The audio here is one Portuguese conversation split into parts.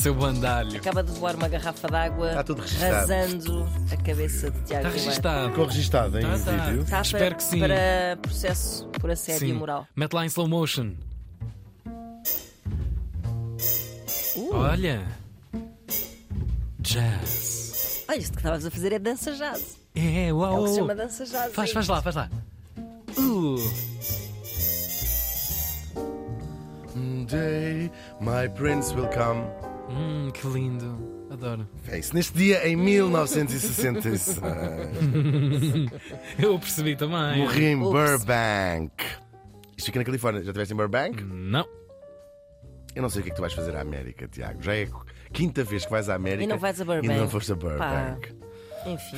Seu bandalho. Acaba de voar uma garrafa d'água, Está tudo registado. rasando a cabeça de Tiago Está Ribeiro. Tá registado. Ficou registado em Tá, tá. vídeo. Está Espero para, que sim. para processo por assédio É moral. Mete lá em slow motion. Uh, olha. Olha. Jazz. isto que estavas a fazer é dança jazz. É, É o uau. que se chama dança jazz. Faz, faz lá, faz lá. Uh. Um day my prince will come. Hum, que lindo. Adoro. É isso. Neste dia, em 1966, Eu percebi também. morri em Ups. Burbank. Isto fica na Califórnia. Já estiveste em Burbank? Hum. Não. Eu não sei o que é que tu vais fazer à América, Tiago. Já é a quinta vez que vais à América E não vais a Burbank. e não foste a Burbank. Enfim.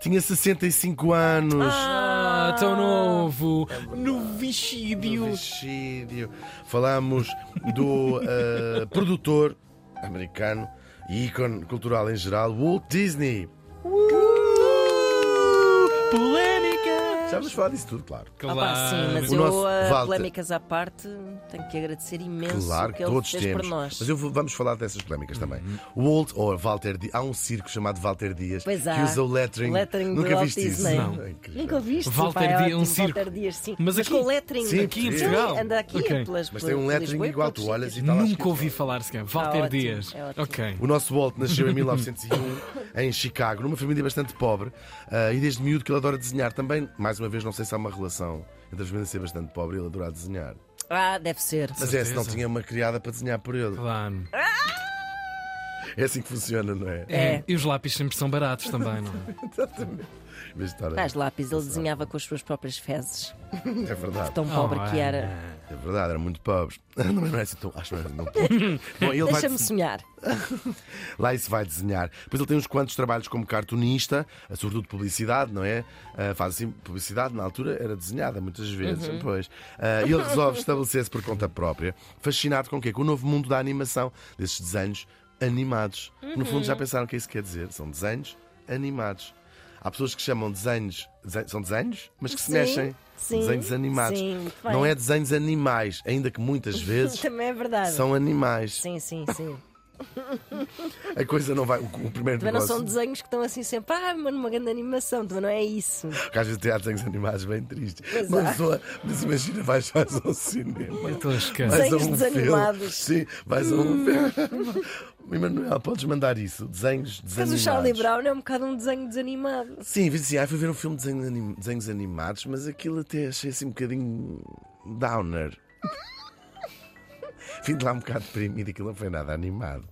Tinha 65 anos. Ah, tão novo. No Do vestido. Vestido. Falámos do eh, produtor americano e ícone cultural em geral, Walt Disney. Uh! Polémica. Já vamos falar disso tudo, claro. Ah, pá, sim, mas O eu, nosso ah, Walter. polémicas à parte, tenho que agradecer imenso Claro o que que ele todos fez temos. por nós. Mas eu vou- vamos falar dessas polémicas Uhum. também. Walt, ou Walter Dias, há um circo chamado Walter Dias Pois que há. usa o lettering. Lettering do Nunca Walt viste isso? Disney. Não. É incrível. Nunca ouviste? Walter pá, é Dias, um ótimo, circo. Walter Dias, sim. Mas aqui- com lettering. Sim, aqui em Sim, Portugal. Anda aqui Ok. pelas Mas tem um por lettering Lisboa e igual, por tu outros olhas e sítios. está lá Nunca escrito. ouvi falar sequer. Walter Tá ótimo, Dias. é ótimo. Ok. O nosso Walt nasceu em 1901 em Chicago, numa família bastante pobre, ah, e desde miúdo que ele adora desenhar também. Mais uma vez, não sei se há uma relação entre a família ser bastante pobre e ele adorar desenhar. Ah, deve ser. Mas é, se não Certeza. tinha uma criada para desenhar por ele. Claro. É assim que funciona, não é? É. E os lápis sempre são baratos também, não é? Exatamente. Mas está bem. Mas lápis, ele desenhava com as suas próprias fezes. É verdade. Tão Oh, pobre que era. É verdade, era muito pobres. Não, mas não é assim tão. Acho que não é tão pobres. Bom, Então ele vai Deixa-me sonhar. Lá isso vai desenhar. Depois ele tem uns quantos trabalhos como cartunista, sobretudo publicidade, não é? Ah, faz assim, publicidade na altura era desenhada muitas vezes. Uhum. Pois. Ah, ele resolve estabelecer-se por conta própria, fascinado com o quê? Com o novo mundo da animação, desses desenhos animados. No fundo Uhum. já pensaram o que é isso quer dizer? São desenhos animados. Há pessoas que chamam desenhos, desen- são desenhos, mas que se Sim, mexem. sim, desenhos animados. sim, muito bem. não é desenhos animais, ainda que muitas vezes Também é verdade. são animais. Sim, sim, sim. A coisa não vai. O, o primeiro Também não negócio. são desenhos que estão assim sempre, ah, mano, uma grande animação, também não é isso. Porque às vezes tem há desenhos animados bem tristes. Pois Uma há. pessoa, mas imagina, vais, vais ao cinema. Eu estou a esquecer. Vais a Desenhos um filme. desanimados. Hum. Sim, vais a um filme. Emanuel, podes mandar isso. Desenhos Mas o desanimados. Charlie Brown é um bocado um desenho desanimado. Sim, vi assim, ah, fui ver um filme de desenho- anim- desenhos animados, mas aquilo até achei assim um bocadinho downer. Vim de lá um bocado deprimido, aquilo não foi nada animado.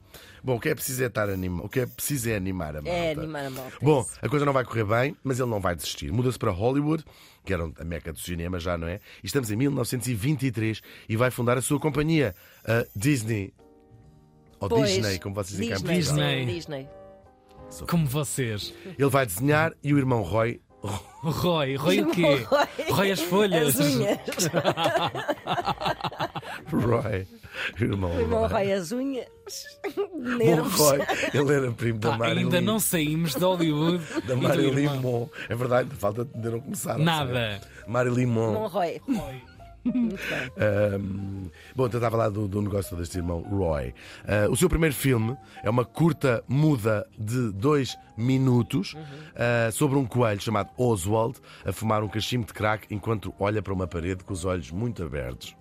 Bom, o que é preciso é estar animado. O que é preciso é animar a malta. É, animar a malta. Bom, a coisa não vai correr bem, mas ele não vai desistir. Muda-se para Hollywood, que era um- a meca do cinema já, não é? E estamos em 1923 e vai fundar a sua companhia, a Disney. Ou Pois, Disney, como vocês dizem cá em Disney, Portugal. Disney. Disney. Como vocês. Ele vai desenhar e o irmão Roy. O Roy. Roy o quê? Roy as folhas. As unhas. Roy. O irmão O irmão Roy. rói as unhas. O Nervos. Roy. Ele era primo da Pá, Marilyn. ainda não saímos de Hollywood. Da e do Marilyn irmão. Monroe. É verdade, ainda falta ainda não começar. Nada. Marilyn Irmão Monroe. Roy. Ahm, bom, então estava lá do, do negócio deste irmão Roy. Ah, o seu primeiro filme é uma curta muda de dois minutos ah, sobre um coelho chamado Oswald a fumar um cachimbo de crack enquanto olha para uma parede com os olhos muito abertos.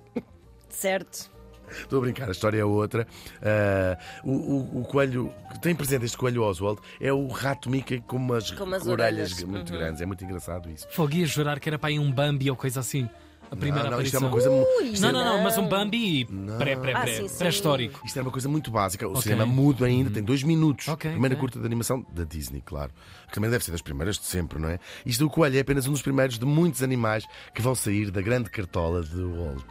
Certo. Estou a brincar, a história é outra. Ah, o, o- o coelho, que tem presente este coelho Oswald, é o rato Mickey com umas, Com umas orelhas, orelhas. muito grandes. É muito engraçado isso. Fogo ia jurar que era para aí um Bambi ou coisa assim. A primeira não, não, isto é aparição. uma coisa. mu- isto Não, é- não, não, mas um Bambi pré, pré, Ah, pré, sim, sim. pré-histórico. Isto é uma coisa muito básica. O cinema mudo ainda, tem dois minutos. Hum. Ok, Primeira ok. curta de animação da Disney, claro. Que também deve ser das primeiras de sempre, não é? Isto do coelho é apenas um dos primeiros de muitos animais que vão sair da grande cartola de Walt.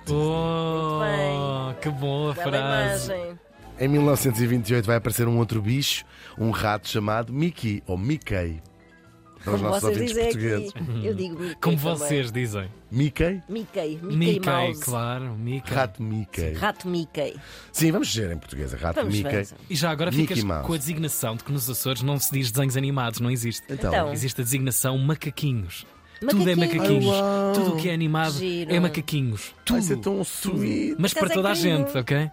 Oh, que boa Bela frase. imagem. Em 1928 vai aparecer um outro bicho, um rato chamado Mickey, ou Mickey. Para os Como nossos vocês ouvintes dizem portugueses. aqui. Eu digo Mickey. Como também. vocês dizem. Mickey? Mickey. Mickey, Mickey, Mouse. claro, Mickey. Rato Mickey. Rato Mickey. Tipo, Sim, vamos dizer em português, rato Vamos ver. Mickey. E já agora Mickey ficas Mouse. com a designação de que nos Açores não se diz desenhos animados, não existe. Então. Existe a designação macaquinhos. Tudo é Macaquinhos. macaquinhos. Ah, uau. Tudo o que é animado Giro. é macaquinhos. vai Tudo. ser tão sweet. Mas Por para acaso toda é a querido. gente, ok?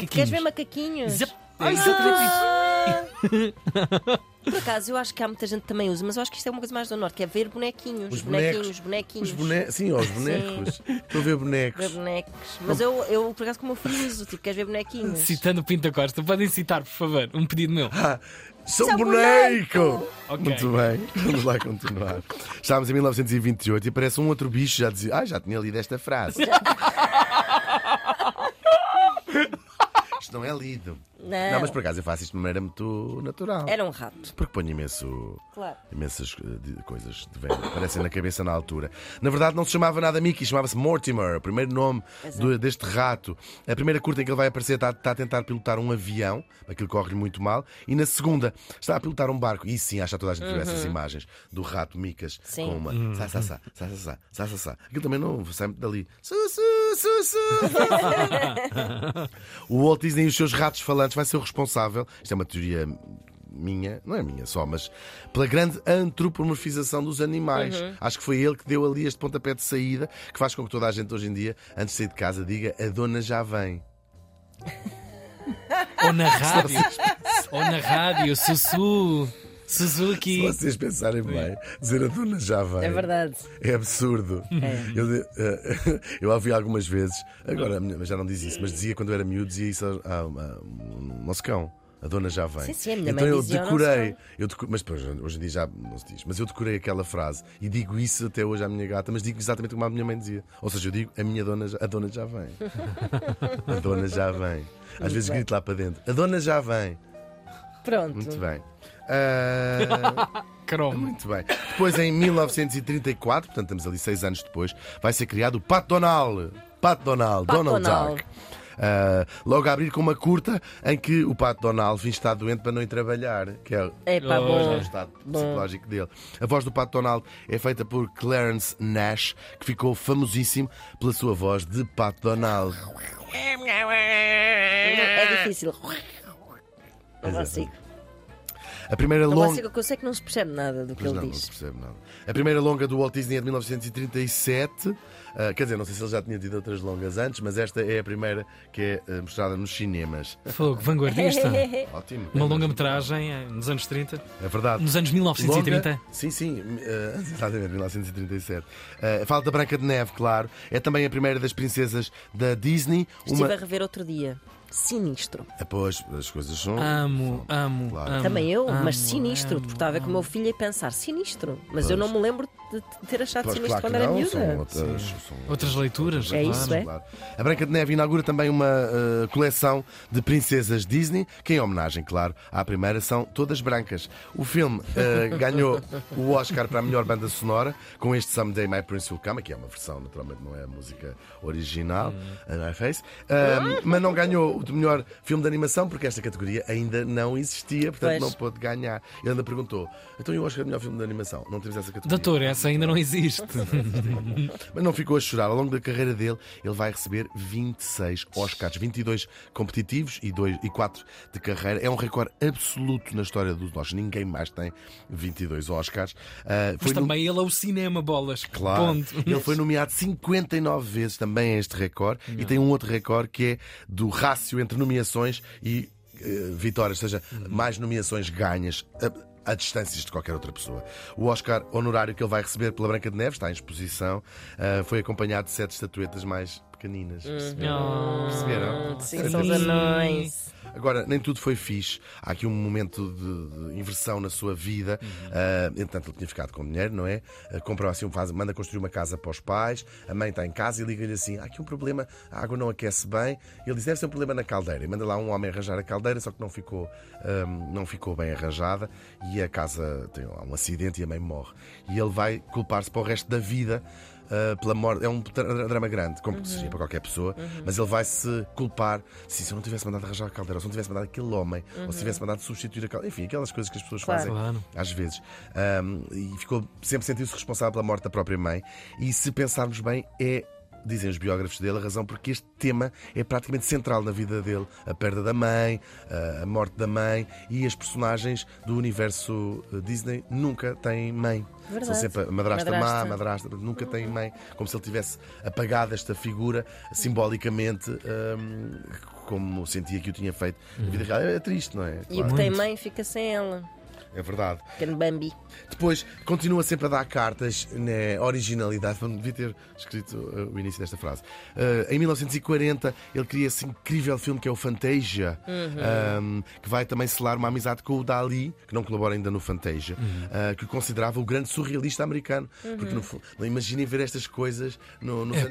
Tipo, queres ver Macaquinhos. macaquinhos? Zap. É exatamente isso. Por acaso, eu acho que há muita gente que também usa, mas eu acho que isto é uma coisa mais do norte, que é ver bonequinhos. Os bonecos. bonequinhos, bonequinhos. Os bonecos. Sim, ó, os bonecos. Estou a ver Ver bonecos. bonecos. Mas eu, eu, por acaso, como eu filho uso, tipo, queres ver bonequinhos? Citando o Pinta Costa, podem citar, por favor, um pedido meu. Ah, sou Sou boneco! Ok. Muito bem, vamos lá continuar. Estávamos em 1928 e aparece um outro bicho já dizia. Ah, já tinha lido esta frase. Isto não é lido. Não. mas por acaso eu faço isto de maneira muito natural. Era um rato, Porque ponho imenso. claro. Imensas eh, de- coisas de velho aparecem na cabeça na altura. Na verdade, não se chamava nada Mickey, chamava-se Mortimer, o primeiro nome Pois é. do- deste rato. A primeira curta em que ele vai aparecer está, está a tentar pilotar um avião, aquilo corre-lhe muito mal, e na segunda está a pilotar um barco. E sim, acho que toda a gente viu essas imagens do rato Micas Sim. com uma. Sá, sá, sá, sá, sá, sá, sá, sá, sá. Aquilo também não sai muito dali. Su, su, su, su, su. O Walt Disney e os seus ratos falantes vai ser o responsável, isto é uma teoria minha, não é minha só, mas pela grande antropomorfização dos animais. Uhum. Acho que foi ele que deu ali este pontapé de saída que faz com que toda a gente hoje em dia, antes de sair de casa, diga a dona já vem. Ou na rádio. Ou na rádio, Sussu. Suzuki. Se vocês pensarem bem, dizer a dona já vem. É verdade. É absurdo. É. Eu, de- eh, eu ouvi algumas vezes, agora a minha- já não diz isso, mas dizia quando eu era miúdo, dizia isso ao- ao- ao nosso cão. um A dona já vem. Sim, sim, a minha então mãe eu dizia ao decorei, nosso eu deco- mas pois, hoje em dia já não se diz, mas eu decorei aquela frase e digo isso até hoje à minha gata, mas digo exatamente como a minha mãe dizia. Ou seja, eu digo a minha dona, já- a dona já vem. a dona já vem. Às vezes grito lá para dentro, a dona já vem. Pronto. Muito bem. Ah, Cromo. muito bem. Depois, em 1934, portanto, estamos ali seis anos depois, vai ser criado o Pat Donald. Pat Donald, Pat Donald Donald. Duck. Ah, logo a abrir com uma curta em que o Pat Donald finge estar doente para não ir trabalhar, que é É pá, Oh. é o bom. estado psicológico dele. A voz do Pat Donald é feita por Clarence Nash, que ficou famosíssimo pela sua voz de Pat Donald. É difícil. Não consigo. A primeira Não longa. consigo, que eu sei que não se percebe nada do que Pois ele não, não diz. se percebe nada. A primeira longa do Walt Disney é de 1937. Ah, quer dizer, não sei se ele já tinha tido outras longas antes, mas esta é a primeira que é ah, mostrada nos cinemas. Fogo, vanguardista. Ótimo. Uma longa-metragem eh, nos anos 30. É verdade. Nos anos 1930. Longa? Sim, sim, eh, exatamente, 1937. Eh, Fala da Branca de Neve, claro. É também a primeira das princesas da Disney. Estive a rever outro dia. Sinistro. Ah, Pois, as coisas são. Amo, amo, Claro. amo. Também eu, amo, mas sinistro. amo, Porque estava com o meu amo. filho a pensar sinistro. Mas eu não me lembro de de ter achado Pois, sinistro claro que quando era não, são miúda. outras, são Outras leituras. É claro. isso, é? Claro. A Branca de Neve inaugura também uma eh, coleção de princesas Disney, que em homenagem, claro, à primeira são todas brancas. O filme eh, ganhou o Oscar para a melhor banda sonora com este Someday My Prince Will Come, que é uma versão, naturalmente não é a música original, Hum. eh, My Face, Ah, Ahm, mas não ganhou o de melhor filme de animação porque esta categoria ainda não existia, portanto Pois. não pôde ganhar. Ele ainda perguntou: então e o Oscar de melhor filme de animação? Não temos essa categoria. Doutor, essa ainda não existe. Mas não ficou a chorar. Ao longo da carreira dele, ele vai receber 26 Oscars, 22 competitivos e, dois, e 4 de carreira. É um recorde absoluto na história dos nós. Ninguém mais tem 22 Oscars. Ah, Mas no- também ele é o cinema, bolas. Claro. Ponto. Ele foi nomeado 59 vezes também a este recorde e tem um outro recorde que é do rácio entre nomeações e eh, vitórias, ou seja, mais nomeações ganhas. A a distâncias de qualquer outra pessoa. O Oscar honorário que ele vai receber pela Branca de Neve está em exposição. ah, foi acompanhado de sete estatuetas mais pequeninas. Oh. Perceberam? Perceberam? Uhum. Sim, são os anões. Agora, nem tudo foi fixe. Há aqui um momento de, de inversão na sua vida. Ah, entretanto, ele tinha ficado com dinheiro, não é? Ah, compra assim, faz, manda construir uma casa para os pais. A mãe está em casa e liga-lhe assim: há aqui um problema, a água não aquece bem. Ele diz: deve ser um problema na caldeira. E manda lá um homem arranjar a caldeira, só que não ficou, ah, não ficou bem arranjada. E a casa tem lá um acidente e a mãe morre. E ele vai culpar-se para o resto da vida. ah, pela morte, é um tra- drama grande, como Uhum. seria para qualquer pessoa, mas ele vai se culpar se, se eu não tivesse mandado arranjar a caldeira, ou se eu não tivesse mandado aquele homem, ou se tivesse mandado substituir a caldeira, enfim, aquelas coisas que as pessoas Uhum. Claro. fazem Claro. às vezes. Ahm, e ficou sempre sentiu-se responsável pela morte da própria mãe. E se pensarmos bem, é dizem os biógrafos dele, a razão porque este tema é praticamente central na vida dele. A perda da mãe, a- a morte da mãe e as personagens do universo eh, Disney nunca têm mãe. São Verdade. sempre a madrasta, má, a Madrasta. madrasta, nunca têm mãe. Como se ele tivesse apagado esta figura simbolicamente, hum, como sentia que o tinha feito na vida real. É triste, não é? E o Claro, que tem mãe fica sem ela. É verdade. Pequeno Bambi. Depois continua sempre a dar cartas na originalidade. Não devia ter escrito uh, o início desta frase. Uh, em 1940, ele cria esse incrível filme que é o Fantasia, um, que vai também selar uma amizade com o Dali, que não colabora ainda no Fantasia, uh, que o considerava o grande surrealista americano. Porque no fundo, imaginem ver estas coisas no, nos Epá,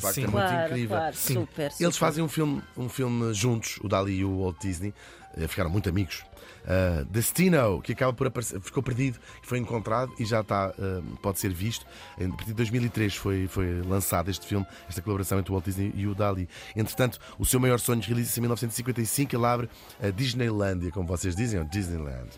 sim, 40. de facto, sim. é muito Claro, incrível. claro. Sim. Super, Eles super. fazem um filme, um filme juntos, o Dali e o Walt Disney, eh, ficaram muito amigos. Ah, Destino, que acaba por aparecer, ficou perdido, foi encontrado e já está, ah, pode ser visto. Em- A partir de 2003 foi, foi lançado este filme, esta colaboração entre o Walt Disney e o Dali. Entretanto, o seu maior sonho realiza-se em 1955 ele abre a Disneylandia, como vocês dizem, ou Disneyland.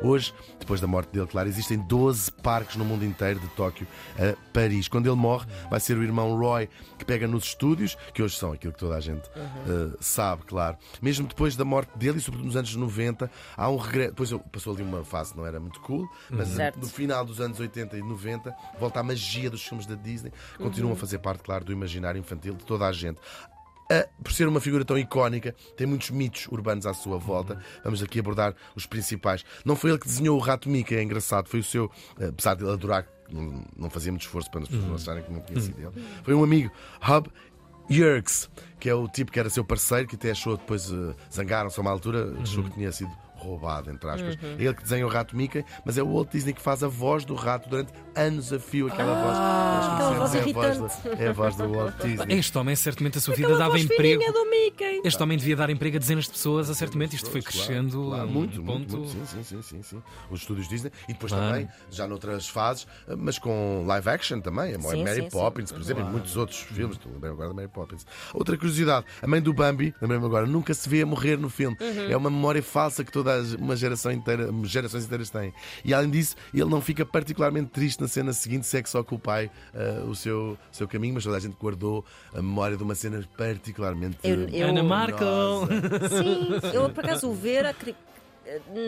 Hoje, depois da morte dele, claro, existem 12 parques no mundo inteiro, de Tóquio a Paris. Quando ele morre, vai ser o irmão Roy que pega nos estúdios, que hoje são aquilo que toda a gente eh, sabe, claro. Mesmo depois da morte dele, e sobretudo nos anos 90, há um regresso. Depois eu- passou ali uma fase, não era muito cool, mas Certo. no final dos anos 80 e 90, volta a magia dos filmes da Disney, continuam a fazer parte, claro, do imaginário infantil de toda a gente. Ah, por ser uma figura tão icónica, tem muitos mitos urbanos à sua volta. Vamos aqui abordar os principais. Não foi ele que desenhou o rato Mickey, é engraçado, foi o seu, ah, apesar de ele adorar, não não fazia muito esforço para as pessoas não acharem que não conhecia dele. Foi um amigo, Hub Yerkes, que é o tipo que era seu parceiro, que até achou depois, ah, zangaram-se a uma altura, achou que tinha sido roubado, entre aspas. É ele que desenha o rato Mickey, mas é o Walt Disney que faz a voz do rato durante anos a fio, aquela voz. aquela Nós voz conhecemos, é, a voz irritante. do, é a voz do Walt Disney. Este homem, certamente, a sua vida Aquela dava voz emprego. fininha do Mickey. Este homem devia dar emprego a dezenas de pessoas, a certo momento. Isto foi Claro, crescendo. claro, a um muito, muito, ponto... muito, sim, sim, sim, sim, sim. Os estúdios Disney e depois Claro. também, já noutras fases, mas com live action também, a Sim, Mary sim, sim. Poppins, por exemplo, e muitos outros filmes. Estou a lembrar agora da Mary Poppins. Outra curiosidade, a mãe do Bambi, lembrei-me agora, nunca se vê a morrer no filme. Uhum. É uma memória falsa que toda a- uma geração inteira, gerações inteiras têm. E além disso, ele não fica particularmente triste na cena seguinte, se é que só que o pai ah, o seu, seu caminho, mas toda a gente guardou a memória de uma cena particularmente. Eu- eu- Ana Eu- Markel! Sim, eu por acaso o ver. acre-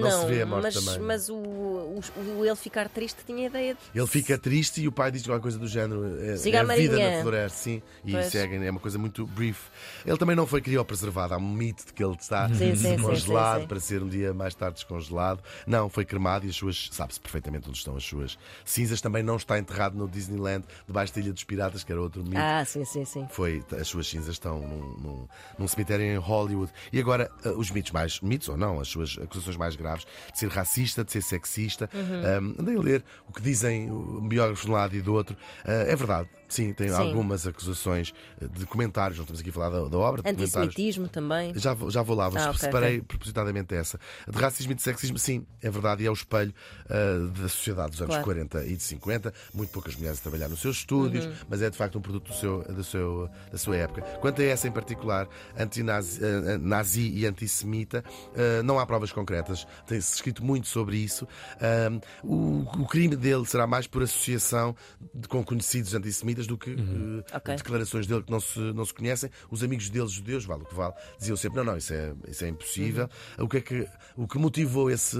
Não, se vê a morte mas, também. mas o, o, o ele ficar triste tinha ideia de. Ele fica triste e o pai diz qualquer coisa do género. É, Siga é a a vida marinha. na floresta, sim. E Pois. seguem, é uma coisa muito brief. Ele também não foi criopreservado. Há um mito de que ele está Sim, sim, sim, congelado sim, sim. para ser um dia mais tarde descongelado. Não, foi cremado e as suas. Sabe-se perfeitamente onde estão as suas cinzas. Também não está enterrado no Disneyland, debaixo da Ilha dos Piratas, que era outro mito. Ah, sim, sim, sim. Foi, as suas cinzas estão num, num- num cemitério em Hollywood. E agora, eh, os mitos mais. mitos ou não, as suas acusações mais graves de ser racista, de ser sexista. Uhum. Ah, andei a ler o que dizem o- biógrafos de um lado e do outro. Ah, é verdade, sim, tem Sim. algumas acusações eh, de comentários, não estamos aqui a falar da, da obra, de comentários. Antissemitismo também. Já, vou- já vou lá, mas Ah, ok, separei propositadamente essa. De racismo e de sexismo, sim, é verdade, e é o espelho ah, da sociedade dos anos Claro. 40 e de 50. Muito poucas mulheres a trabalhar nos seus estúdios, Uhum. mas é de facto um produto do seu, do seu- da sua época. Quanto a essa em particular, antinazi, ah, nazi e antissemita, ah, não há provas concretas. Tem-se escrito muito sobre isso. Ah, o, o crime dele será mais por associação de- com conhecidos antissemitas do que eh, Uhum. Ok. declarações dele que não se, não se conhecem. Os amigos dele, judeus, vale o que vale, diziam sempre: não, não, isso é, isso é impossível. O, que é que, o que motivou esse,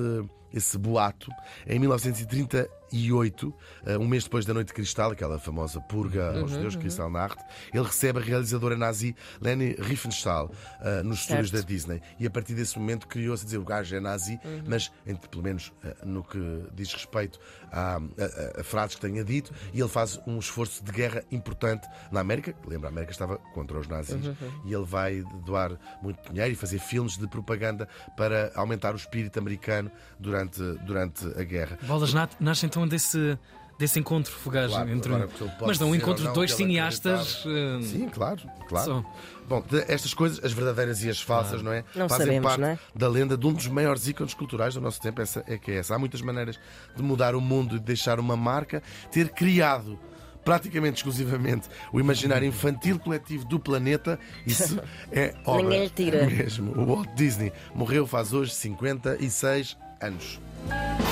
esse boato? É Em 1938, eh, um mês depois da Noite de Cristal, aquela famosa purga aos judeus, Kristallnacht, ele recebe a realizadora nazi Leni Riefenstahl eh, nos estúdios da Certo. Disney. E a partir desse momento criou-se a dizer o gajo é nazi, Uhum. mas em- pelo menos eh, no que diz respeito à- a, a- a frases que tenha dito, e ele faz um esforço de guerra importante na América. que Lembra, a América estava contra os nazis. Uhum, E ele vai doar muito dinheiro e fazer filmes de propaganda para aumentar o espírito americano durante, durante a guerra. Bolas na- nasce então desse, desse encontro fugaz. Claro, entre... agora, porque ele pode Mas não um dizer ou encontro não de dois que ele cineastas. eh, Sim, claro, claro. Só. Bom, de- estas coisas, as verdadeiras e as falsas, não é? Não Fazem sabemos, parte não é? da lenda de um dos maiores ícones culturais do nosso tempo, essa é que é essa. Há muitas maneiras de mudar o mundo e de deixar uma marca, ter criado praticamente exclusivamente o imaginário infantil coletivo do planeta, isso é obra Ninguém lhe tira. mesmo. O Walt Disney morreu faz hoje 56 anos.